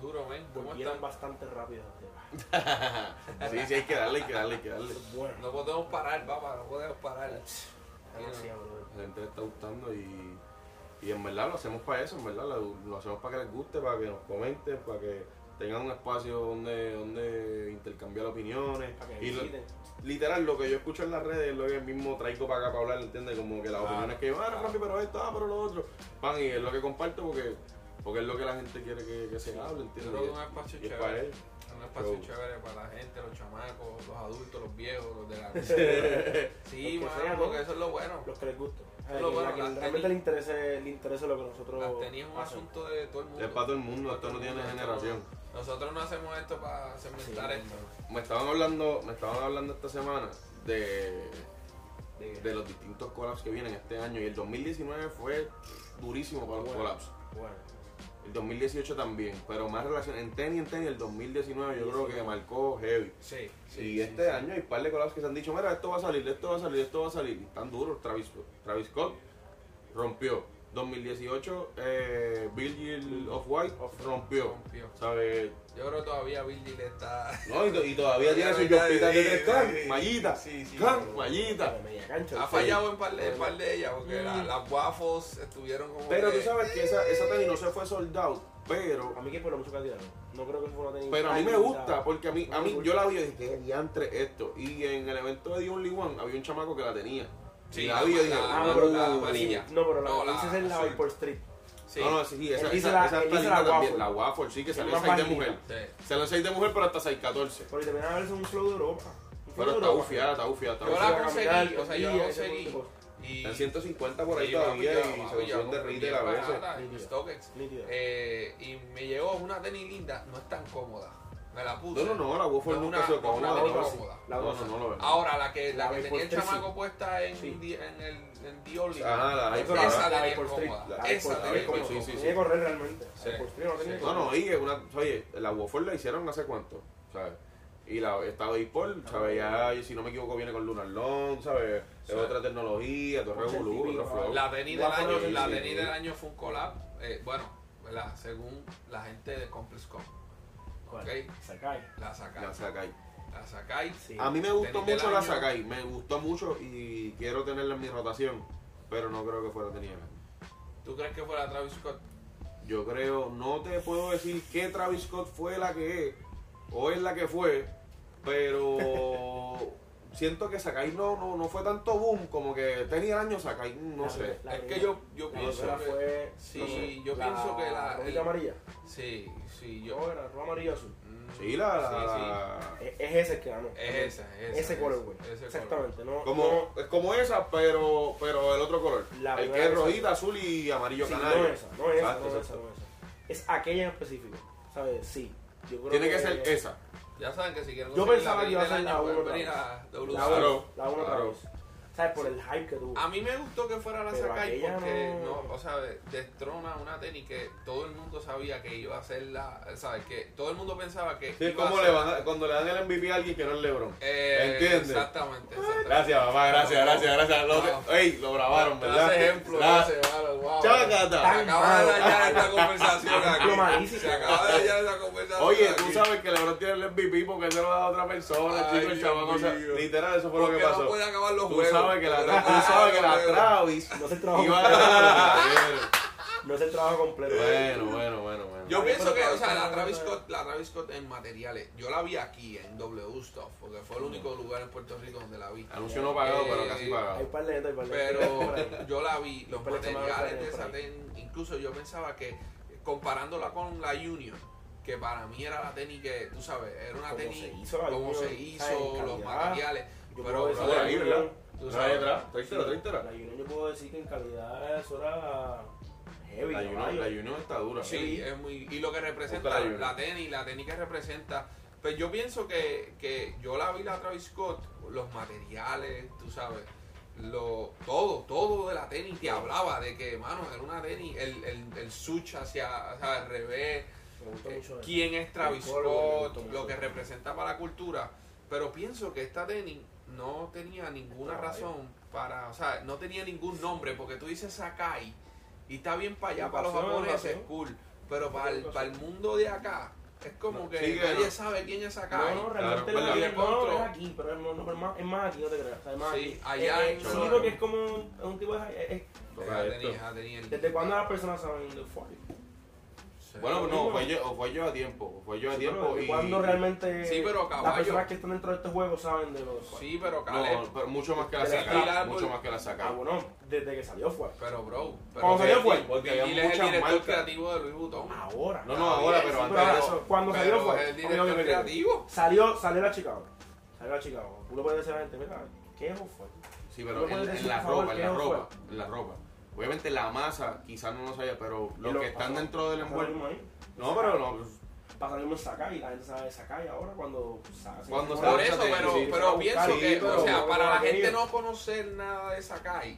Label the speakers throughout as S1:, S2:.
S1: duro, men. ¿Cómo
S2: Volvieron
S1: están?
S2: bastante rápido.
S3: sí, sí, hay que darle, hay que darle, hay que darle.
S2: Bueno,
S1: No podemos parar, papá, no podemos parar.
S2: demasiado, bro.
S3: La gente le está gustando y, y en verdad lo hacemos para eso, en verdad lo, lo hacemos para que les guste, para que nos comenten, para que tengan un espacio donde, donde intercambiar opiniones.
S2: Para que
S3: Y lo-
S2: visiten.
S3: literal, lo que yo escucho en las redes es lo que mismo traigo para acá para hablar, ¿entiendes? Como que las
S1: Claro,
S3: opiniones que yo, ah, no,
S1: claro.
S3: papi, pero esto, ah, pero lo otro. Pan, y es lo que comparto porque, porque es lo que la gente quiere que, que se hable,
S1: Yo
S3: ¿entiendes?
S1: creo que es un
S3: Y-
S1: espacio
S3: y es para
S1: chévere.
S3: él.
S1: Un espacio
S3: Pero-
S1: chévere para la gente, los chamacos, los adultos, los viejos, los de la cultura. Sí,
S2: Los que
S1: mano,
S2: sean, ¿no?
S1: porque eso es lo bueno.
S2: Los que les gusta.
S1: Es lo bueno, las
S2: realmente
S1: tenis-
S2: le interese, le interese lo que
S1: Las
S2: nosotros.
S1: tenías un
S2: hacemos.
S1: asunto de todo el mundo.
S3: Es para todo el mundo, esto no tiene generación.
S1: Nosotros no hacemos esto para cementar
S2: Sí.
S1: esto.
S3: Me estaban hablando, me estaban hablando esta semana de
S2: De-
S3: de los distintos collabs que vienen este año. Y el 2019 fue durísimo para los
S2: Bueno.
S3: collabs.
S2: Bueno,
S3: El 2018 también, pero más relación en tenis, en tenis, el 2019 yo creo que
S2: 19.
S3: marcó heavy.
S1: Sí. sí,
S3: y
S1: sí,
S3: este
S1: sí.
S3: año hay un par de collabs que se han dicho, mira, esto va a salir, esto va a salir, esto va a salir. Y Tan duro, Travis, Travis Scott rompió. 2018, eh,
S1: Mm.
S3: Virgil of White rompió.
S1: Rompió.
S3: ¿Sabes?
S1: Yo creo que todavía Billy le está.
S3: No, y, to- y todavía tiene su
S1: Sí,
S3: yopita
S1: sí,
S3: de tres
S1: sí,
S3: can,
S1: sí.
S3: mallita,
S1: Sí, sí.
S3: can, mallita.
S2: de media cancha.
S1: Ha
S2: sí.
S1: fallado en par de, en par de ellas, porque la- las waffles estuvieron como.
S3: Pero
S1: que-
S3: tú sabes que esa, esa tenis no se fue sold out, pero
S2: A mí que por lo mucho que ha tirado. No creo que eso fue una tenis.
S3: Pero a mí me
S2: Ay,
S3: gusta,
S2: mira.
S3: porque a mí, a mí yo la vi y dije, qué diantre esto. Y en el evento de The Only One había un chamaco que la tenía.
S1: Sí,
S3: y la vi y
S1: la-
S3: dije,
S1: la-
S2: Ah,
S3: "Wow".
S2: pero
S1: la
S2: la
S1: amarilla.
S2: No, pero la
S1: No,
S2: que
S1: la
S2: dices es la
S1: azul.
S2: Vapor Street.
S1: Sí.
S3: No, no, sí, sí, esa,
S2: Él hizo
S3: esa,
S2: la-
S3: esa
S2: él
S3: está
S2: hizo
S3: linda
S2: la
S3: también.
S2: waffle.
S3: La waffle, sí, que
S2: Es
S3: salió
S2: más
S3: 6 de
S2: bajita.
S3: mujer.
S1: Sí.
S3: Salió 6 de mujer, pero hasta 6 14.
S2: Pero también a ver un flow de Europa. Un flow
S3: Pero
S2: de
S3: está
S2: Europa.
S3: bufiada, está bufiada, está
S1: Yo
S3: bufiada.
S1: la conseguí, o sea, yo la
S2: Ese
S1: conseguí.
S2: tipo.
S1: Y.
S3: Está en 150 por ahí
S1: Sí,
S3: todavía
S1: papi, ya,
S3: y
S1: papi,
S3: se
S1: ya,
S3: opción de
S1: con
S3: retail
S1: bien
S3: a veces.
S1: barata, en
S2: Nítida.
S1: StockX.
S2: Nítida.
S1: Eh, y me llegó una tenis linda, no es tan cómoda. Me la puse.
S3: No, no, no, la waffle
S1: No,
S3: nunca
S1: una-
S3: se
S1: una
S3: cómoda.
S2: La
S1: de
S3: No,
S2: otra
S1: Europa.
S2: sí,
S1: cómoda.
S2: La
S3: No,
S2: otra
S3: no,
S2: sí.
S3: no lo veo.
S1: Ahora, la que, la
S2: La Vapor
S1: que tenía el
S2: Street,
S1: chamaco
S2: sí.
S1: puesta en,
S2: Sí.
S1: di- en el en The Only.
S3: Ajá, la
S2: Pero
S3: iPhone.
S1: esa
S2: la
S1: tenía
S2: Vapor Street,
S1: cómoda.
S2: la
S1: Esa
S2: Vapor
S1: tenía
S2: Street,
S3: Sí, sí,
S2: Tenía
S3: sí.
S2: que correr realmente.
S1: Sí.
S2: Vapor Street no tenía
S1: Sí.
S2: que
S3: No,
S2: correr.
S3: no, oye, una, oye, la Wofford la hicieron hace cuánto, ¿sabes? Y la esta Baseball, ¿sabes? Ya, y si no me equivoco, viene con Lunar Long, ¿sabes? Es
S1: Sí.
S3: otra tecnología, todo es
S2: Mucho
S3: revolú,
S2: típico,
S3: otro flow.
S1: La tenis del
S2: Vapor
S1: año,
S2: Street,
S1: la
S3: sí.
S1: tenis del año fue un collab. eh, bueno, ¿verdad? según la gente de ComplexCom.
S2: ¿Cuál?
S1: Ok.
S2: Sakai.
S1: La Sakai.
S3: La Sakai.
S1: La Sakai.
S2: Sí.
S3: A mí me gustó
S1: Tenis del
S3: mucho la
S1: año.
S3: Sakai, me gustó mucho y quiero tenerla en mi rotación, pero no creo que fuera tenida.
S1: ¿Tú crees que fue la Travis Scott?
S3: Yo creo, no te puedo decir que Travis Scott fue la que es, o es la que fue, pero siento que Sakai no, no, no fue tanto boom, como que tenía años Sakai, no
S2: La-
S3: sé.
S2: la
S1: es
S2: primera-
S1: que yo, yo
S2: la
S1: pienso
S2: primera
S1: que.
S2: fue,
S1: sí,
S2: no sé,
S1: yo pienso que la-
S2: rojita
S1: el-
S2: amarilla.
S1: Sí, sí,
S2: Yo
S1: yo.
S2: era roja amarilla azul.
S1: mm,
S3: Sí, la, la-
S1: sí, sí.
S3: la-
S2: Es, es ese el que ganó.
S1: Es esa, es esa,
S2: Ese
S1: es-
S2: colorway.
S1: ese
S2: Exactamente. No,
S3: Como, es como esa, pero, pero el otro color.
S2: La
S3: el que
S2: primera
S3: es
S2: vez.
S3: rojita, azul y
S2: no,
S3: amarillo
S2: sí,
S3: canario.
S2: no es esa, no es esa,
S3: Exacto,
S2: no es esa,
S3: exacto.
S2: no es esa. Es aquella en específico. ¿Sabes? Sí. Yo creo
S3: Tiene
S2: que
S3: que ser esa.
S1: Ya saben que si quieren
S2: Yo
S1: conseguir
S2: pensaba
S1: la
S2: que iba a
S1: tenis del
S2: ser la
S1: año,
S2: uno
S1: pueden venir
S2: otra
S1: a
S2: La
S1: WC.
S3: Claro,
S2: uno, la uno otra
S3: claro.
S2: vez. ¿Sabes? Por el hype que tuvo.
S1: A mí me gustó que fuera la
S2: Pero
S1: Sakai
S2: aquella
S1: porque no.
S2: no-
S1: o sea, destrona una tenis que todo el mundo sabía que iba a ser la, sabes que todo el mundo pensaba que
S3: Sí, es
S1: iba
S3: como
S1: a
S3: le
S1: ser-
S3: van a- cuando le dan el MVP a alguien que no es LeBron.
S1: Eh,
S3: ¿Entiendes?
S1: Exactamente, exactamente.
S3: Gracias, mamá, gracias, gracias, gracias. Lo,
S1: Wow.
S3: ey, lo grabaron, ¿verdad?
S1: Gracias, ejemplo,
S3: Gra-
S1: gracias, hermano, wow.
S3: Chácata.
S1: Se acaba de dañar esta conversación
S2: Lo
S1: aquí.
S2: malísimo.
S1: Se acaba de dañar esta conversación.
S3: Oye,
S1: aquí.
S3: tú sabes que LeBron tiene el MVP porque él se lo da a otra persona,
S1: Ay,
S3: chico, el
S1: Dios
S3: chaval. o sea,
S1: mío.
S3: literal, eso fue lo
S1: porque
S3: que
S1: no puede
S3: pasó.
S1: acabar los
S3: Tú
S1: juegos.
S3: sabes que la,
S1: Porque no
S3: tú
S1: puede acabar
S3: sabes
S1: los
S3: que la
S1: juegos.
S3: Travis
S2: No es el trabajo
S3: iba
S2: completo. No es el trabajo completo.
S3: Bueno, bueno, bueno, bueno.
S1: Yo
S2: Ay,
S1: pienso
S2: pero
S1: que, o
S2: Travis
S1: sea,
S2: Scott
S1: la
S2: no
S1: Travis
S2: sabe.
S1: Scott, la Travis Scott en materiales, yo la vi aquí en W Stuff, porque fue el único lugar en Puerto Rico donde la vi.
S3: Anuncio no pagado,
S1: Eh,
S3: pero casi
S2: Hay
S3: pagado.
S2: par de gente, hay par de gente. Por ahí.
S1: Pero yo la vi, los
S2: Pero que me
S1: materiales de
S2: va a
S1: esa
S2: salir por ahí.
S1: tenis, incluso yo pensaba que, comparándola con la Union, que para mí era la tenis que, tú sabes, era una
S2: Como
S1: tenis,
S2: se hizo la
S1: cómo
S2: Union,
S1: se hizo,
S2: ¿sabes? En
S1: los
S2: calidad.
S1: materiales,
S2: Yo
S1: pero
S2: puedo decir
S1: brother,
S3: Ahora ahí, ¿verdad?
S1: tú
S3: Trae
S1: sabes.
S3: atrás, tráetela,
S2: La
S3: tráetela.
S2: Union yo puedo decir que en calidad eso era heavy.
S3: La
S2: ¿no?
S3: Unión, la Unión está dura.
S1: Sí, es muy. Y lo que representa
S3: Otra, yo-
S1: la tenis, la tenis que representa. Pues yo pienso que, que yo la vi la Travis Scott, los materiales, tú sabes, lo, todo, todo de la tenis te hablaba de que, mano, era una tenis, el, el, el switch hacia, hacia el revés,
S2: Me gusta
S1: eh,
S2: mucho eso.
S1: quién es Travis
S2: El polvo, me
S1: Scott,
S2: gustó mucho.
S1: lo que representa para la cultura. Pero pienso que esta tenis no tenía ninguna
S2: Este Caballo.
S1: razón para, o sea, no tenía ningún nombre, porque tú dices Sakai y está bien para allá, para los
S2: Invasión,
S1: japoneses,
S2: invasión.
S1: cool. Pero para el, para el mundo de acá, es como que
S3: Sí, que
S1: nadie
S3: no.
S1: sabe quién es acá.
S2: No, no, realmente
S3: Claro,
S2: no,
S1: ¿verdad?
S2: es- no, no,
S1: pues Control.
S2: es aquí, pero es, no, no, es más, es más aquí, no te creas. o sea, es más
S1: Sí,
S2: aquí.
S1: allá
S2: Eh,
S1: en
S2: eh,
S1: Cholo.
S2: Sí, porque es como un, es un tipo de... es- es-
S1: Ya tenía, ya tenía el-
S2: ¿Desde cuándo las personas saben de fuego?
S1: Sí.
S3: ¿eh? Bueno, no, fue yo, o fue yo a tiempo. Fue yo a
S2: Sí, pero
S3: tiempo.
S2: ¿desde
S3: y-
S2: cuándo realmente
S1: Sí, pero
S2: las
S1: caballo.
S2: personas que están dentro de estos juegos saben de los fuego?
S1: Sí, pero Caleb.
S3: No, pero mucho más que la
S2: Desde
S1: el
S3: saca.
S1: árbol.
S3: Mucho más que la
S2: Ah,
S3: saca.
S2: bueno, desde que salió fue.
S1: Pero, bro. Pero
S2: Cuando salió fue.
S3: Porque había
S1: Vigil es el
S3: muchas
S1: director
S3: marcas.
S1: creativo de Louis Vuitton.
S2: Ahora.
S3: No, no, ahora,
S1: Sí,
S3: pero
S1: pero
S3: antes de
S2: eso-
S3: eso.
S2: Cuando
S1: Pero
S2: salió
S1: es
S2: fue.
S1: el director
S2: obviamente.
S1: creativo.
S2: Salió, salió la Chicago. Salió la Chicago. Tú le puedes decir a la gente, mira, ¿qué es fue?
S3: Sí,
S2: ¿No
S3: pero en,
S2: puedes decir,
S3: en la
S2: por favor,
S3: ropa, en
S2: qué
S3: la
S2: no
S3: ropa, en la ropa. Obviamente la masa quizás no lo sabía, pero los que están dentro del envuelto. No, pero no.
S1: Pues,
S2: Pasa lo mismo en Sakai, la gente sabe de Sakai ahora cuando pues, sa-
S3: Cuando
S2: se-
S1: Por
S3: Ahora
S1: eso,
S3: te-
S1: pero,
S3: sí,
S1: pero pienso
S3: sí,
S1: que,
S3: pero-
S1: o sea, para la
S2: pero-
S1: gente no conocer nada de Sakai
S3: Y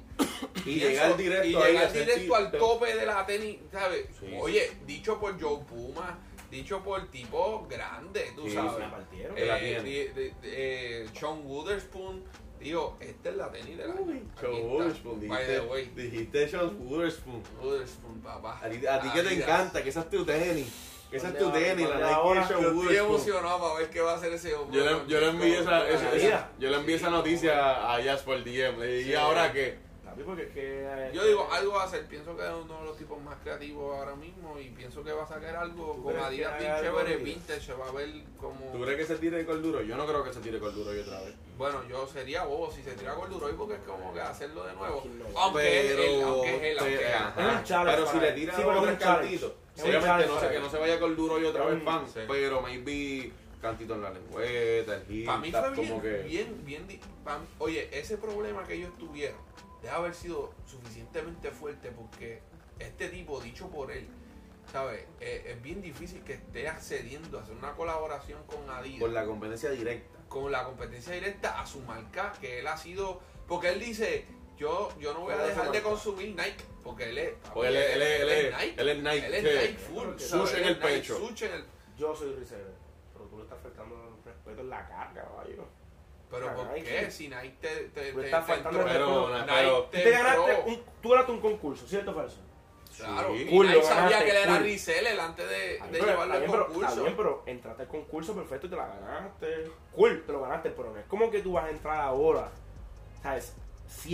S1: pienso-
S3: llegar directo
S1: y
S3: ahí,
S1: llegar
S3: a sentir-
S1: directo al tope de la tenis, ¿sabes?
S3: Sí.
S1: Oye, dicho por Joe Puma, dicho por tipos grandes, tú
S3: Sí,
S1: sabes.
S2: la partieron.
S3: Eh, la
S1: Eh,
S3: tiene.
S1: di- di- di- eh, Sean Witherspoon, digo, esta es la tenis de la
S3: Sean Witherspoon, dijiste, dijiste Sean Witherspoon.
S1: Witherspoon, papá.
S3: A ti, a ti que te
S1: Adidas.
S3: encanta, que esa es tu tenis. Que esa es tu
S2: Ponle
S3: tenis, la
S2: ahora,
S3: Nike
S2: ponle
S3: de Sean
S1: Yo estoy
S3: Witherspoon.
S1: emocionado para ver qué va a hacer ese hombre.
S3: Yo le, yo le envié esa, esa-
S2: Adidas.
S3: esa- yo le envié esa noticia a Jazz por DM. Le dije,
S1: Sí.
S3: ¿y ahora qué?
S2: Papi, porque es que, eh,
S1: Yo digo, algo va a hacer. Pienso que es uno de los tipos más creativos ahora mismo y pienso que va a sacar algo con
S2: crees que
S1: Adidas
S2: haga
S1: bien
S2: algo
S1: chévere,
S2: Adidas?
S1: vintage, se va a ver como...
S3: ¿Tú crees que se tire el duro? Yo no creo que se tire el duro hoy otra vez.
S1: Bueno, yo sería bobo si se tira Gorduroy porque es como que hacerlo de nuevo.
S2: Aquí no.
S1: Aunque
S3: pero,
S1: es él, aunque es él, aunque es
S3: pero,
S1: él.
S3: ajá.
S2: Es un challenge
S3: Pero si
S2: para
S3: le
S2: él.
S3: tira
S2: Sí, porque es
S3: otro
S2: un challenge.
S3: cantito,
S2: Es un
S3: obviamente
S2: challenge
S3: no sé
S2: para
S3: que
S2: él.
S3: no se vaya con duro y otra
S2: Es
S3: vez
S2: un-
S3: pan,
S1: Mm, sí.
S3: pero maybe cantito en la lengüeta, el hip,
S1: Para mí fue
S3: tap,
S1: bien,
S3: como que
S1: bien, bien, di- pa- Oye, ese problema que ellos tuvieron debe haber sido suficientemente fuerte porque este tipo, dicho por él, ¿sabes? Eh, es bien difícil que esté accediendo a hacer una colaboración con Adidas,
S3: por la competencia directa.
S1: con la competencia directa a su marca, que él ha sido. Porque él dice: Yo, yo no voy a
S2: ¿Cuál es su
S1: dejar de
S2: marca?
S1: consumir Nike, porque él es.
S3: Porque él, es- él, es-
S1: él
S3: él, es-
S1: Nike.
S3: él es Nike.
S1: Él es
S3: que-
S1: Nike full.
S2: Sushi
S1: ¿sabes?
S3: en
S1: Él
S3: el
S1: es Nike,
S3: pecho.
S1: sushi en el-
S2: yo soy reserva, pero tú le estás faltando el respeto en la carga, caballo.
S1: Pero ¿por
S2: Nike.
S1: qué? Si Nike te. te,
S2: Tú
S1: te-
S2: estás
S1: te
S2: faltando
S1: entró-
S2: el respeto.
S3: Pero,
S1: Nike
S3: pero
S2: Te,
S1: entró.
S2: ganaste un, tú ganaste un concurso, ¿cierto o falso?
S1: Claro,
S3: Sí.
S1: y
S2: Cool,
S1: nadie
S2: lo
S1: sabía
S2: ganaste,
S1: que él era
S2: cool.
S1: reseller antes de,
S2: Está
S1: de
S2: bien, pero-
S1: llevarlo
S2: está
S1: al
S2: bien, pero-
S1: concurso.
S2: Está bien, pero entraste al concurso perfecto y te la ganaste. Cool, te lo ganaste, pero no es como que tú vas a entrar ahora, ¿sabes?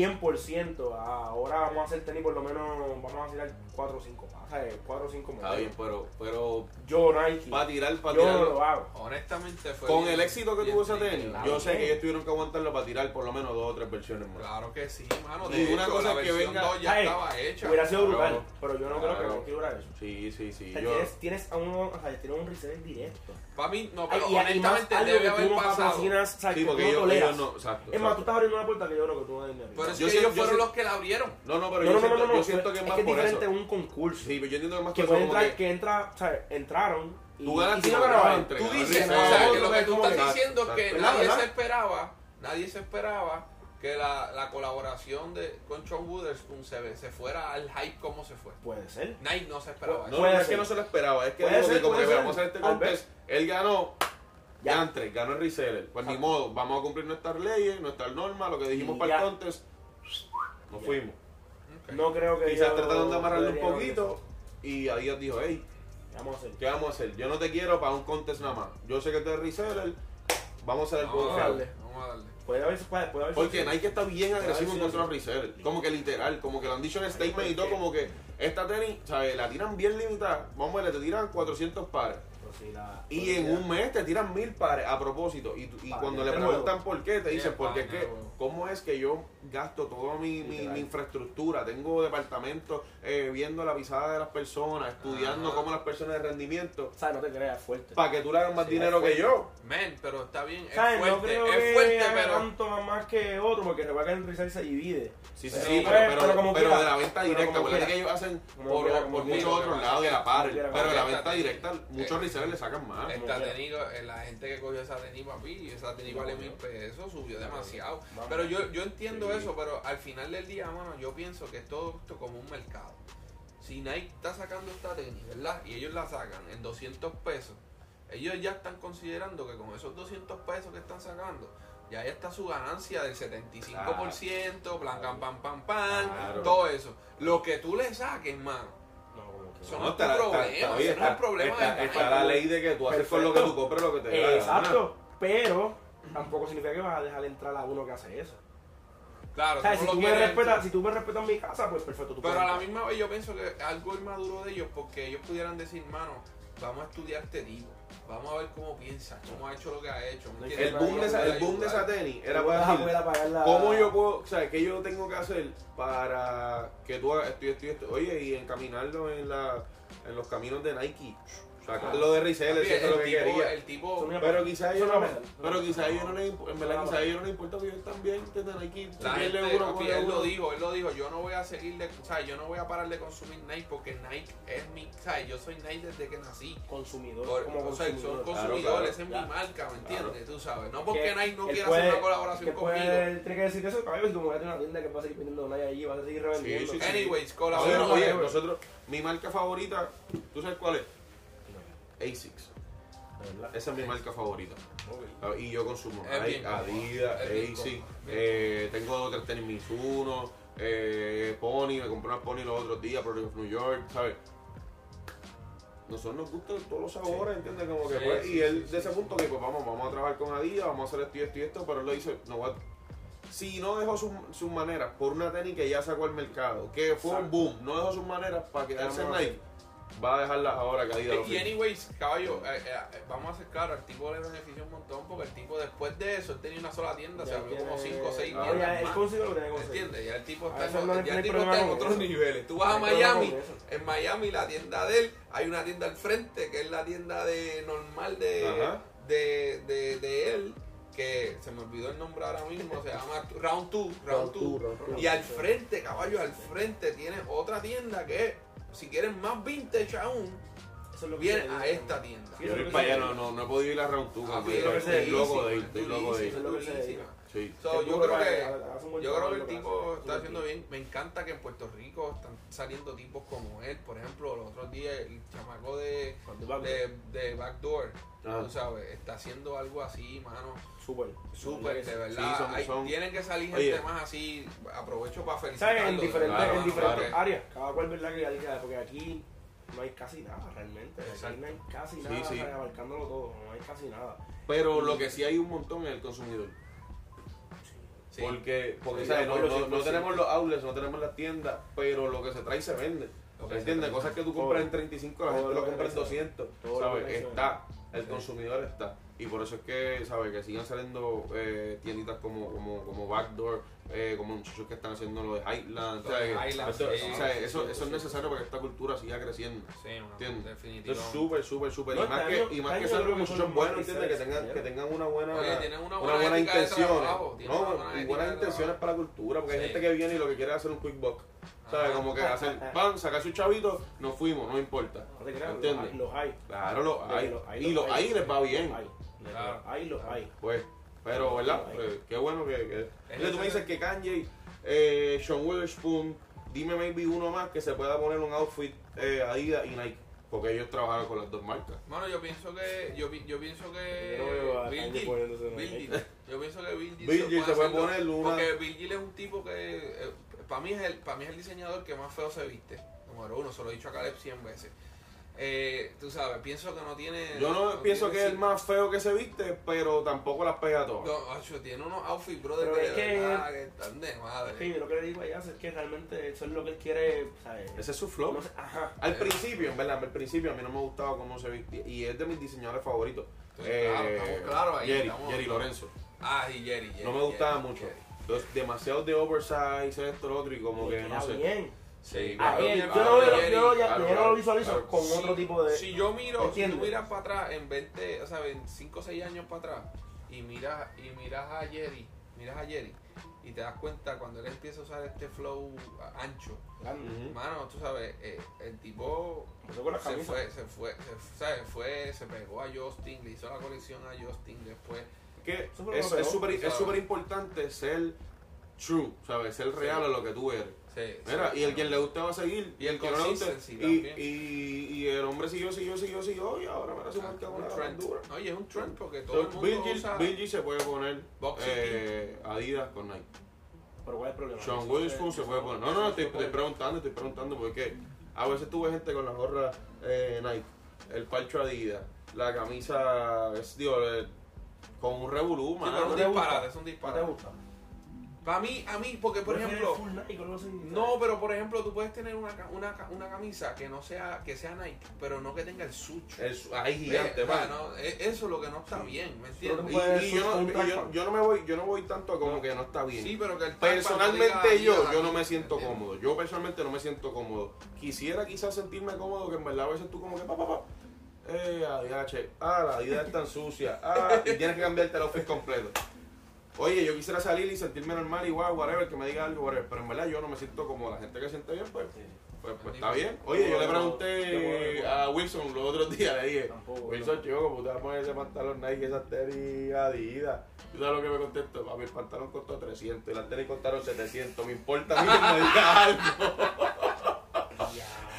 S2: 100%, a- ahora vamos a hacer tenis por lo menos, vamos a tirar 4 o 5 más, ¿sabes? 4 o 5
S3: Está bien,
S2: modelos.
S3: pero, pero
S2: Yo, Nike,
S3: para tirar, para
S2: yo no lo
S3: tirar.
S2: hago.
S1: Honestamente fue.
S3: Con
S1: bien-
S3: el éxito que
S1: bien
S3: tuvo ese
S1: triste,
S3: tenis,
S1: claro.
S3: yo sé que ellos tuvieron que aguantarlo para tirar por lo menos dos o tres versiones más.
S1: Claro que sí, mano. De
S3: Y una
S1: hecho,
S3: cosa
S1: la
S3: que
S1: versión
S3: venga-
S1: 2 ya
S2: Ay,
S1: estaba hecha.
S2: Hubiera sido brutal,
S3: Claro.
S2: pero yo no creo
S3: Claro.
S2: que Nike hubiera hecho.
S3: Sí, sí, sí.
S2: O sea,
S3: yo-
S2: tienes, tienes a uno, o sea, tienes un reseller directo.
S1: Para mí, no,
S2: Ay,
S1: pero
S2: y además
S1: honestamente
S2: algo
S1: debe
S2: que tú
S1: haber
S2: no
S1: pasado.
S2: patrocinas, o sea,
S3: sí,
S2: que
S3: porque
S2: tú no
S3: ellos,
S2: toleras.
S3: ellos no.
S2: Es más,
S3: Exacto.
S2: tú
S3: exacto.
S2: estás abriendo una puerta que yo creo que tú no debes ni
S1: Pero
S2: abrir.
S1: es
S3: Yo
S1: que
S3: sé-
S1: ellos
S3: yo
S1: fueron
S3: sé-
S1: los que la abrieron.
S3: No, no, pero
S2: No,
S3: yo
S2: no, no,
S3: siento,
S2: no, no,
S3: yo
S2: no,
S3: siento que
S2: es
S3: más
S2: que es
S3: por eso.
S2: diferente un concurso.
S3: Sí, pero yo entiendo que más
S2: que
S3: por
S2: puede
S3: eso como
S2: entrar, que,
S3: que
S2: entra, o sea, entraron y,
S3: Tú ganas
S2: y si
S3: tu
S2: no
S3: trabajo,
S2: ganaron,
S3: entre-
S1: Tú
S3: Claro,
S1: dices,
S2: sí,
S1: o sea,
S2: sí,
S1: que lo que tú
S2: como
S1: estás
S3: que-
S1: diciendo es que
S3: Exacto.
S1: nadie
S2: ¿Verdad?
S1: se esperaba, nadie se esperaba que la, la colaboración de, con Sean Witherspoon se, ve- se fuera al hype como se fue.
S2: Puede ser.
S1: Nike no se esperaba
S3: No,
S1: eso.
S3: no,
S2: Puede
S3: es que
S2: ser.
S3: no se lo esperaba. Es que
S2: Puede
S3: digo que
S2: ser,
S3: como que
S2: puede
S3: mira,
S2: ser.
S3: vamos a hacer este
S2: Tal vez.
S3: contest. Él ganó.
S2: Ya.
S3: Yantre, ganó el reseller. Pues ni
S2: Exacto.
S3: modo, vamos a cumplir nuestras leyes, nuestras normas, lo que dijimos
S2: Y
S3: para el
S2: ya.
S3: contest. Nos
S2: Ya.
S3: fuimos.
S1: Ok.
S2: No creo que
S3: Quizás
S2: yo-
S3: trataron de amarrarlo un
S2: debería haber
S3: poquito. Y Adidas dijo, hey,
S2: eso. Vamos a hacer.
S3: ¿qué vamos a hacer? Yo no te quiero para un contest nada más. Yo sé que tú eres reseller. Vamos a hacer el
S1: Vamos a
S3: contest.
S1: darle, vamos a darle.
S2: Puede haber, puede, puede haber.
S3: Porque Nike está bien agresivo
S2: Sí,
S3: en
S2: sí,
S3: contra de los
S2: sí.
S3: resellers. Como que literal, como que lo han dicho en statement y todo, como que esta tenis, ¿sabes? La tiran bien limitada. Vamos a ver, te tiran 400 pares.
S2: Pero si la-
S3: Y en un mes te tiran mil pares a propósito. Y, tú- y
S2: Para
S3: cuando
S2: que
S3: le
S2: esté
S3: preguntan
S2: nuevo.
S3: por qué, te
S1: Sí,
S3: dicen,
S1: para
S3: porque es
S1: que
S3: que,
S1: nuevo.
S3: ¿cómo es que yo gasto toda mi, mi-
S2: Literal.
S3: mi infraestructura? Tengo departamentos eh, viendo la pisada de las personas, estudiando
S1: Ajá.
S3: cómo las personas de rendimiento,
S2: O sea, no te creas, es fuerte.
S3: para que tú le hagas más
S2: Sí,
S3: dinero
S2: es
S3: que yo.
S1: Men, pero está bien, es
S2: ¿Sabes? no
S1: fuerte,
S2: creo
S1: es
S2: que
S1: fuerte,
S2: haga
S1: pero.
S2: tanto más que otro, porque recuerda que el reseller se divide.
S3: Sí, sí,
S2: Pero,
S3: sí,
S2: pues,
S3: pero, pero,
S2: pero como
S3: pero
S2: quiera.
S3: de la venta
S2: Pero
S3: directa,
S2: como
S3: acuérdate que
S2: quiera.
S3: ellos hacen
S2: Como
S3: por,
S2: quiera,
S3: por
S2: como
S3: muchos
S1: quiera.
S3: otros lados de la par,
S2: Como quiera, Eh,
S3: pero de
S1: como
S3: la
S1: quiera.
S3: venta directa muchos resellers le sacan más.
S1: Esta
S2: Como
S1: tenis, eh, la gente que cogió esa tenis, papi, esa tenis vale mil pesos, subió demasiado.
S2: Vamos.
S1: Pero yo, yo entiendo
S3: Sí.
S1: eso, pero al final del día, mano, yo pienso que es todo esto como un mercado. Si Nike está sacando esta tenis, ¿verdad? Y ellos la sacan en 200 pesos, ellos ya están considerando que con esos 200 pesos que están sacando, ya ahí está su ganancia del 75%, plan, pam, pam, pam, pam,
S3: Claro.
S1: todo eso. Lo que tú le saques, mano,
S2: No, como que
S1: Eso no, es tu problema,
S3: oye,
S1: eso no es problema de
S3: está-
S1: nadie.
S3: está la ley de que tú haces con lo que
S2: Perfecto.
S3: tú compras lo que te dé la gana.
S2: Exacto, pero tampoco significa que vas a dejar entrar a uno que hace eso.
S1: Claro,
S2: O sea,
S1: tú
S2: si
S1: no
S2: tú,
S1: lo
S2: me
S1: quieres-
S2: respetas, si tú me respetas mi casa, pues perfecto, tú
S1: Pero
S2: puedes
S1: a la
S2: entrar.
S1: misma vez yo pienso que algo inmaduro de ellos, porque ellos pudieran decir, mano, vamos a estudiar este tipo, vamos a ver cómo piensa, cómo ha hecho lo que ha hecho. ¿me
S2: El
S1: entiendes?
S3: El boom de esa, el boom de esa
S1: Ayudar.
S3: tenis
S2: Tú
S3: era
S2: puedes
S3: para
S2: afuera
S3: decir,
S2: pagar la-
S3: ¿cómo yo puedo, o sea, qué yo tengo que hacer para que tú hagas esto y esto y esto? Oye, y encaminarlo en, la, en los caminos de Nike. Sacarlo de Ricel,
S1: Papi,
S3: eso es lo que
S1: el, tipo,
S3: quería.
S1: el tipo,
S2: Son una-
S3: Pero
S2: Eso
S3: quizás ellos
S2: no
S3: no,
S2: va a pasar.
S3: pero quizás ellos no les imp- en verdad
S2: No va a
S3: quizás
S2: pasar.
S3: ellos no les importa que ellos también te den aquí.
S1: La
S3: Él
S1: gente,
S3: le juro,
S1: papi,
S3: le
S1: él
S3: juro.
S1: lo dijo, él lo dijo, yo no voy a seguirle, o sea, yo no voy a parar de consumir Nike porque Nike es mi, o sea, yo soy Nike desde que nací.
S2: consumidor,
S1: Por-
S2: como
S1: o sea, son
S2: consumidor.
S1: consumidores,
S3: Claro, claro,
S1: esa es mi
S2: claro.
S1: marca, ¿me entiendes? Tú sabes, no
S2: Que
S1: porque Nike no
S2: él
S1: quiera
S2: puede-
S1: hacer una
S2: que
S1: colaboración
S2: puede-
S1: conmigo.
S2: él tiene que decir que eso, cabrón, si tu mujer tiene una tienda que va a seguir vendiendo Nike ahí, vas a seguir revendiendo.
S3: Sí, sí, sí.
S1: Anyways,
S3: Oye,
S1: colaboración.
S2: Ahora,
S3: oye,
S2: ahora.
S3: nosotros, mi marca favorita, ¿tú sabes cuál es? ASICS.
S2: De verdad.
S3: Esa es mi marca favorita. Ah, Y yo consumo
S1: Es
S3: Nike,
S1: bien cómodo,
S3: Adidas,
S1: es bien
S3: ASICS.
S1: cómodo, bien
S3: eh, tengo dos tres tenis Mizuno, eh, Pony, me compré unas Pony los otros días, Product of New York, ¿sabes? Nosotros nos gustan todos los sabores, ¿entiendes? Como que
S1: Sí,
S3: pues,
S1: sí,
S3: y él
S1: sí,
S3: de
S1: sí,
S3: ese punto que pues vamos, vamos a trabajar con Adidas, vamos a hacer esto y esto y esto, pero él lo dice, no voy a- si no dejó sus sus maneras por una tenis que ya sacó al mercado, que fue un
S2: Exacto.
S3: boom, no dejó sus maneras para quedarse en
S2: Vamos a
S3: Nike, va a dejarlas ahora que Adidas lo
S1: Eh, Y
S3: firme.
S1: anyways, caballo, eh, eh, vamos a ser claros, el tipo le benefició un montón porque el tipo después de eso, él tenía una sola tienda, se
S2: Ya
S1: abrió como
S2: tiene-
S1: 5 o 6
S3: Ah,
S2: Ahora ya
S1: tiendas
S2: él
S1: más.
S2: consiguió lo que tenía que conseguir.
S1: ¿Entiendes? Ya el tipo
S2: A
S1: está,
S2: Ah, eso
S1: en-
S2: no le-
S1: ya
S2: no
S1: el
S2: hay
S1: tipo
S2: problema
S1: está en
S2: con
S1: otros
S2: eso.
S1: niveles. Tú vas a
S2: No hay problema
S1: Miami,
S2: con eso.
S1: en Miami la tienda de él, hay una tienda al frente que es la tienda de normal de,
S3: Ajá.
S1: de, de, de él, que se me olvidó el nombre ahora mismo, se llama Round 2, Round
S2: Round
S1: 2.
S2: Two, Round
S1: Y
S2: Two.
S1: al frente, caballo, al frente tiene otra tienda que es, si quieren más vintage aún,
S2: Eso es lo que
S1: viene
S2: quiere
S1: a
S2: decir.
S1: esta tienda.
S2: Sí,
S3: Yo voy para allá, no, no, no he podido ir a Round 2,
S1: Ah,
S3: papi,
S1: pero
S2: es
S3: estoy loco de ir,
S1: durísima,
S3: estoy loco de
S1: durísima,
S3: ir.
S2: Eso es lo que se
S1: durísima.
S2: dedica.
S3: Sí.
S1: So,
S2: Tipo
S1: yo creo
S2: que
S1: que
S2: hace un buen
S1: yo creo
S2: trabajo
S1: que el
S2: lo que
S1: tipo
S2: hace.
S1: está
S2: Sí,
S1: haciendo
S2: sí.
S1: bien. Me encanta que en Puerto Rico están saliendo tipos como él. Por ejemplo, los otros días el chamaco de,
S2: Cuando va,
S3: Eh,
S1: de, de Backdoor,
S3: Ah.
S1: tú sabes, está haciendo algo así, mano.
S2: súper.
S1: Súper, de verdad.
S3: Sí, son-
S1: Hay-
S3: son-
S1: tienen que salir gente
S3: Oye.
S1: más así. Aprovecho para felicitarlo.
S2: ¿Sabes? En
S1: de
S2: diferentes,
S1: verdad,
S2: en
S1: mano,
S2: diferentes
S1: porque-
S2: áreas. Cada cual verdad que hay que- porque aquí no hay casi nada realmente. Aquí
S1: Exacto.
S2: no hay casi
S3: Sí,
S2: nada,
S3: sí.
S2: ¿sabes? abarcándolo todo, no hay casi nada.
S3: Pero lo que sí hay un montón es el consumidor.
S1: Sí.
S3: Porque, porque
S2: Sí,
S3: ¿sabes?
S2: de
S3: No,
S2: acuerdo,
S3: no-
S2: sí,
S3: no
S2: sí.
S3: tenemos los outlets, no tenemos las tiendas, pero lo que se trae se vende.
S1: Lo que se
S3: ¿Entiendes?
S1: trae.
S3: Cosas que tú compras en
S2: Todo.
S3: 35, la gente
S2: Todo
S3: lo
S2: lo que
S3: compra en
S2: se trae.
S3: 200.
S2: Todo lo
S3: ¿Sabes?
S2: que se
S3: Está, el
S2: Sí.
S3: consumidor está. Y por eso es que, ¿sabes? Que sigan saliendo eh, tienditas como, como, como Backdoor, eh, como muchachos que están haciendo lo de Highland.
S1: Lo
S3: ¿sabes?
S1: de Highland,
S3: Esto-
S1: sí,
S3: ¿sabes?
S1: sí,
S3: Eso,
S1: sí,
S3: eso es
S1: sí.
S3: necesario para que esta cultura siga creciendo.
S1: Sí, mano,
S3: Entiendo.
S1: definitivo.
S3: Eso es súper, súper, súper.
S2: No,
S3: y más
S2: este
S3: que,
S2: año-
S3: y
S2: este
S3: más que
S2: año
S3: salgan
S2: creo que
S3: muchachos
S2: son
S3: buenos,
S2: más
S3: ¿entiendes? Que
S2: research,
S3: tengan, que
S2: ¿verdad?
S3: tengan una buena,
S1: Oye, tienen una buena
S3: buena
S1: ética de
S3: intención. ¿eh?
S1: trabajo, tienen una buena
S3: No, pues, y
S1: ética de
S3: buenas intenciones
S1: trabajo.
S3: para la cultura, porque hay
S1: Sí.
S3: gente que viene y lo que quiere es hacer un quick box. ¿Sabes?
S1: Ajá.
S3: Como que hacer pan, sacar su chavito, nos fuimos, no importa.
S2: No te creas,
S3: ¿Entiendes?
S2: los hay.
S3: Claro, lo
S2: De que
S3: hay.
S2: los hay,
S3: y
S2: los
S3: los hay les va bien.
S2: Los hay. De que
S1: Claro.
S2: los hay, los hay.
S3: Pues, pero, ¿verdad?
S2: Ahí.
S3: Pues, qué bueno que. que- Entonces, tú
S1: eso
S3: me dices
S1: es-
S3: que Kanye, eh, Sean Witherspoon, dime maybe uno más que se pueda poner un outfit eh, Adidas y Nike. Porque ellos trabajaron con las dos marcas.
S1: Mano, yo pienso que. Yo, pi- yo pienso que.
S2: Yo no veo a
S1: Bill
S2: Kanye
S1: Gates-
S2: poniéndose una
S1: Bill
S2: Nike.
S1: Gates. Yo pienso que Bill Gates
S3: Bill Gates se puede
S1: hacerlo,
S3: poner una-
S1: Porque Bill Gates es un tipo que. para, mí es el, para mí es el diseñador que más feo se viste. Número uno, se lo he dicho a Caleb 100 veces. Eh, tú sabes, pienso que no tiene.
S3: Yo no, pienso
S1: tiene
S3: que es
S1: sil-
S3: el más feo que se viste, pero tampoco las pega a todas.
S1: No, acho, tiene unos outfits, brother,
S2: Pero
S1: que,
S2: es
S1: de
S2: que-
S1: verdad que están de madre.
S2: Sí, yo lo que le digo a Jazz es que realmente eso es lo que él quiere, ¿sabes?
S3: Ese es su flow.
S2: No sé, ajá.
S3: Al principio, en verdad, al principio a mí no me gustaba cómo se viste. Y es de mis diseñadores favoritos. Eh,
S1: Sí, claro, estamos claros ahí,
S3: Jerry,
S1: estamos-
S3: Jerry Lorenzo.
S1: Ah, y Jerry, Jerry,
S3: no me gustaba
S1: Jerry,
S3: mucho.
S1: Jerry.
S3: Los demasiados de oversize, esto, lo otro, y como
S2: Le
S3: que
S2: queda
S3: no sé.
S2: bien.
S1: Sí,
S2: A
S1: claro,
S2: él,
S1: claro,
S2: yo no,
S1: claro,
S2: lo- yo no lo-
S1: Jerry,
S2: yo no
S3: claro,
S2: lo visualizo
S3: claro.
S2: con
S1: Si-
S2: otro tipo de...
S1: Si yo miro, si
S2: ¿Entiendes?
S1: tú miras para atrás, en 20, o sea, en 5 o 6 años para atrás, y miras, y miras a Jerry, miras a Jerry, y te das cuenta cuando él empieza a usar este flow a- ancho,
S2: Grande.
S3: Ujú.
S1: hermano, tú sabes, eh, el tipo
S2: Empezó con las
S1: se
S2: camisas.
S1: fue, se fue, se fue, ¿sabes? fue, se pegó a Justin, le hizo la colección a Justin después.
S3: Que
S2: Eso fue lo
S3: es
S2: peor,
S3: es súper es
S1: ¿sabes?
S3: súper importante ser true, ¿sabes? Ser real a lo que tú eres.
S1: Se,
S3: Mira,
S1: se-
S3: y el quien le guste va a seguir.
S1: Y el
S3: que no le guste-
S1: consistency
S3: y,
S1: también.
S3: y, y el hombre siguió, siguió, siguió, siguió. Y ahora mira su
S1: Exacto,
S3: marca
S1: Ah, un
S3: una
S1: trend.
S3: grandura.
S1: No, y es un trend porque todo el
S3: Entonces,
S1: mundo
S3: Bill Gates-
S1: usa-
S3: Bill Gates se puede poner
S1: Boxing
S3: eh, Adidas con Nike.
S2: Pero ¿cuál es el problema?
S3: Sean
S2: Eso
S3: Witherspoon
S2: es-
S3: se puede poner. No, no, te estoy preguntando, estoy preguntando porque A veces tuve gente con la gorra eh, Nike, el palcho Adidas, la camisa es Dior, eh, con un revolú,
S1: Sí,
S3: mano.
S1: pero es un
S2: te gusta.
S1: disparate, es un
S2: ¿No te
S1: disparate.
S2: gusta?
S1: Para mí, a mí, porque por
S2: Yo prefiero
S1: ejemplo,
S2: el full Nike, o algo así, ¿sabes?
S1: no, pero por ejemplo, tú puedes tener una, ca- una, ca- una camisa que no sea que sea Nike, pero no que tenga el sucho.
S3: El su- ahí
S1: Eh,
S3: gigante,
S1: o sea,
S3: mano.
S1: no, eh, eso es lo que no está bien, ¿me
S2: Pero
S1: entiendes?
S2: tú puedes
S3: Y, y yo, no,
S2: un
S3: y yo-
S2: trackpad.
S3: yo no me voy, yo no voy tanto como
S2: No.
S3: que no está bien.
S1: Sí, pero que el tapa no diga
S3: Personalmente
S1: Adidas
S3: yo,
S1: aquí,
S3: yo no me siento
S1: ¿entiendes?
S3: cómodo. Yo personalmente no me siento cómodo. Quisiera quizás sentirme cómodo, que en verdad a veces tú como que pa, pa, pa. Eh, adiache. Ah, la vida es tan sucia. Ah, y tienes que cambiarte el outfit completo. Oye, yo quisiera salir y sentirme normal y guau, whatever, que me diga algo, whatever. Pero en verdad yo no me siento cómodo. La gente que se siente bien, pues,
S2: Sí.
S3: pues, pues está bien. Oye, yo le pregunté a Wilson los otros días, le dije,
S2: Tampoco,
S3: Wilson, chico, ¿cómo tú te vas a poner ese pantalón Nike, esas tenis Adidas? ¿Tú sabes lo que me contestó? Papi, el pantalón costó 300 y las tenis costaron 700. Me importa a mí que me diga algo.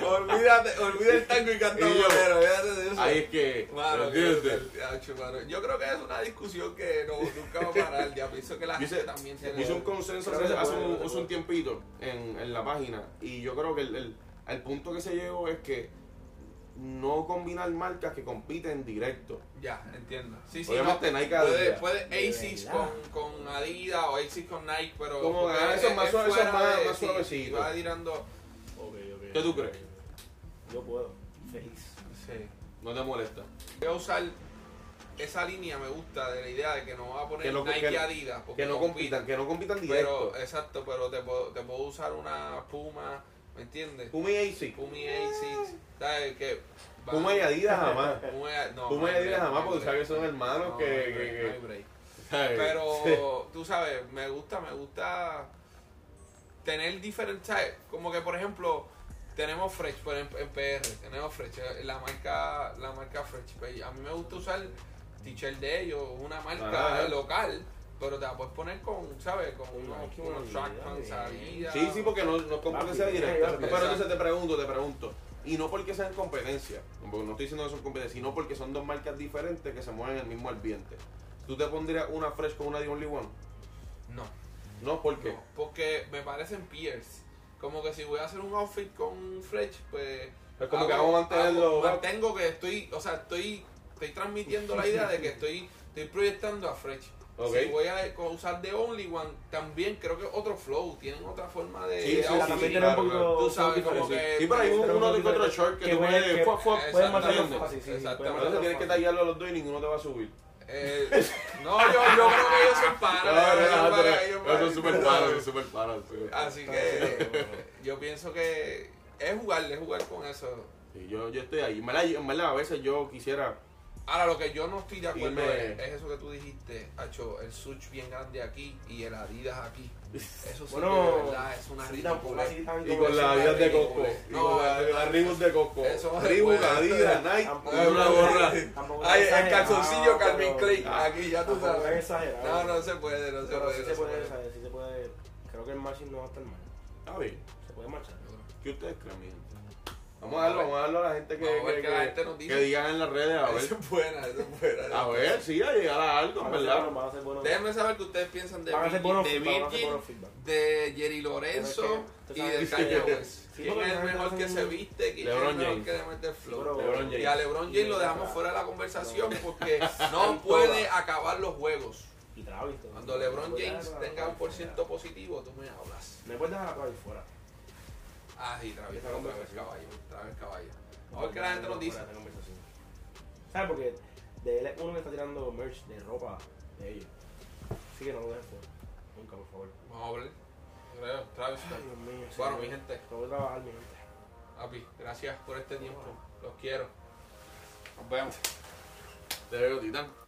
S1: Olvídate, olvida el tango y canta
S3: Y yo-
S1: bolero, olvídate de eso.
S3: Ahí es que, ¿me
S1: Mano, yo,
S3: entiendes?
S1: yo- mano, yo creo que es una discusión que no, nunca va a parar. Ya pienso que la
S3: Yo hice-
S1: gente también se
S3: Yo hice un consenso
S2: Creo que
S3: hace,
S2: se
S3: hace
S2: puede,
S3: un,
S2: se
S3: hace
S2: puede.
S3: un tiempito en, en la página y yo creo que el, el- el punto que se llegó es que no combinar marcas que compiten directo.
S1: Ya, entiendo. Sí, sí.
S3: Obviamente
S1: no,
S3: Nike
S1: puede,
S3: Adidas.
S1: puede
S2: De
S1: ASICS
S2: verdad.
S1: con, con Adidas o ASICS con Nike, pero.
S3: Como
S1: porque
S3: ganar, eso es más suave, eso es
S1: fuera
S3: más-
S1: de-
S3: más
S1: sí,
S3: suavecito.
S1: Va tirando.
S2: Ok, ok.
S3: ¿Qué tú crees?
S2: Yo puedo. Feliz.
S1: Sí.
S3: No te molesta.
S1: Voy a usar esa línea, me gusta, de la idea de que no va a poner
S3: Que no-
S1: Nike
S3: que no-
S1: Adidas. porque
S3: Que no compitan, que no compitan directo.
S1: Pero, exacto, pero te puedo, te puedo usar una Puma, ¿me entiendes?
S3: Puma y Asics.
S1: Pumi ASICS, ¿sabes qué?
S3: Puma y Adidas jamás.
S1: Puma, no,
S3: Puma y
S1: no hay
S3: Adidas
S1: break,
S3: jamás,
S1: no
S3: porque
S1: hay break.
S3: sabes que son hermanos
S1: No,
S3: que...
S1: no hay
S3: que-
S1: break,
S3: que-
S1: no hay break.
S3: ¿sabes?
S1: Pero tú sabes, me gusta, me gusta tener diferentes, ¿sabes? como que por ejemplo tenemos Fresh por ejemplo, en PR, tenemos Fresh, eh, la marca, la marca Fresh. pues, A mí me gusta usar t-shirt de ellos, una marca
S3: Ajá.
S1: local, pero te la puedes poner con, ¿sabes? Con
S2: Con
S1: unos,
S2: Nike,
S1: unos
S2: una
S1: track pants,
S2: idea,
S1: Adidas.
S3: Sí, sí, porque no, no competencia
S2: Papi,
S3: directa.
S2: papi,
S3: Pero entonces
S1: exacto.
S3: te pregunto, te pregunto. Y no porque sean competencia, porque no estoy diciendo que son competencia, sino porque son dos marcas diferentes que se mueven en el mismo ambiente. ¿Tú te pondrías una Fresh con una The Only One?
S1: No.
S3: No, ¿por qué?
S1: No, porque me parecen peers. Como que si voy a hacer un outfit con Fletch, pues.
S3: Es como que vamos a mantenerlo-
S1: hago- mantengo que estoy. O sea, estoy. Estoy transmitiendo la idea de que estoy. Estoy proyectando a Fletch.
S3: Ok.
S1: Si voy a co- usar The Only One, también creo que otro flow. Tienen otra forma de.
S3: Sí,
S1: de
S3: sí,
S2: Ahora
S1: outfit.
S3: sí,
S2: también
S3: sí,
S2: tiene un
S3: claro,
S2: poquito-
S1: Tú sabes,
S2: un poquito
S1: como
S2: diferente.
S1: que.
S3: Sí, pero hay un-
S2: Pero
S3: uno
S2: un
S3: de
S2: poquito
S3: otro
S2: diferente.
S3: short que tú
S2: puede-
S3: puedes-
S2: fua, fua, puedes
S1: Exacto.
S2: matarlo
S3: ¿Entiendes?
S2: fácil, sí, sí,
S1: Exacto.
S2: puedes
S3: Entonces
S2: matarlo
S3: tienes que
S2: fácil.
S3: tallarlo a los dos y ninguno te va a subir.
S1: eh, no, yo, yo creo que ellos son panas. ellos son panas, ellos son
S3: Eso
S1: panas.
S3: es súper paro, eso es súper paro.
S1: Así que. Yo pienso que. Es jugar, es jugar con eso.
S3: Sí, yo, yo estoy ahí. En verdad, yo- en verdad, a veces yo quisiera.
S1: Ahora, lo que yo no estoy de acuerdo
S3: Irme.
S1: es, es eso que tú dijiste, Hacho, el Such bien grande aquí y el Adidas aquí. Eso sí que de
S2: Bueno,
S1: verdad es una
S2: sí, tampoco
S1: ridiculez.
S2: así tan
S3: Y con
S2: comercial.
S3: la Adidas de Costco. Y
S1: No,
S3: con la,
S1: eso-
S3: la Reebok de Costco.
S1: eso se
S3: Reebok,
S1: puede.
S3: Adidas, Nike.
S2: Tampoco
S3: y una
S2: es-
S3: gorra.
S2: tampoco es
S1: Ay, el
S2: exagerado,
S1: calzoncillo Calvin
S2: pero-
S1: Klein,
S3: ah,
S1: aquí ya tú
S2: tampoco es
S1: sabes. No,
S2: exagerado.
S1: no se puede, no se
S2: Pero
S1: puede.
S2: sí
S1: no
S2: se
S1: se
S2: puede,
S1: puede.
S2: ¿sabes? Sí se puede. Creo que el matching no va a estar mal.
S3: Está bien.
S2: Se puede marchar.
S3: ¿Qué ustedes creen, mi gente? Vamos a darlo, vamos a darlo a la gente que,
S1: Vamos a ver
S3: que,
S1: qué la gente nos
S3: que
S1: dice.
S3: digan en las redes. A
S1: Eso
S3: ver,
S1: es buena, eso es buena.
S3: a ver, sí, a llegar a algo,
S2: Van
S3: en
S2: a ser
S3: ¿verdad?
S2: buenos, van a ser buenos.
S1: Déjenme saber qué ustedes piensan de
S2: Van a ser
S1: Virgin,
S2: buenos
S1: de,
S2: feedback, van a ser
S1: Virgin,
S2: buenos feedback.
S1: de Jerry Lorenzo
S2: Pero es que, tú
S1: y
S2: sabes-
S1: de Kanye West.
S2: Sí,
S1: ¿Quién
S2: porque
S1: es el
S2: no
S1: mejor
S2: hacen-
S1: que se viste? ¿Quién es el
S3: LeBron
S1: mejor
S3: James.
S1: que le mete el flow?
S2: Pero-
S3: LeBron James.
S1: Y a LeBron James lo dejamos fuera de la conversación porque no puede acabar los juegos.
S2: Y Travis. todo.
S1: Cuando LeBron
S2: No puedes
S1: James
S2: dejar a
S1: tenga un por
S2: Travis
S1: ciento positivo, tú me hablas.
S2: fuera. No puedes dejar a Travis fuera.
S1: Ah, y Travis,
S2: Esa
S1: otra vez
S2: conversación.
S1: caballo, otra vez caballo.
S2: No
S1: Ahora que la gente
S2: puedes
S1: nos dice.
S2: dejarlo fuera de esta conversación. ¿Sabes? Porque de él es uno que está tirando merch de ropa de ellos. Así que no lo dejes fuera. Nunca, por favor.
S1: Vamos a hablar. Creo, Travis,
S2: Ay, Dios mío.
S1: Bueno,
S2: señor.
S1: mi gente.
S2: Tengo que trabajar, mi gente.
S1: papi, gracias por este tiempo. Los quiero. Nos vemos.
S3: Te veo, Titán.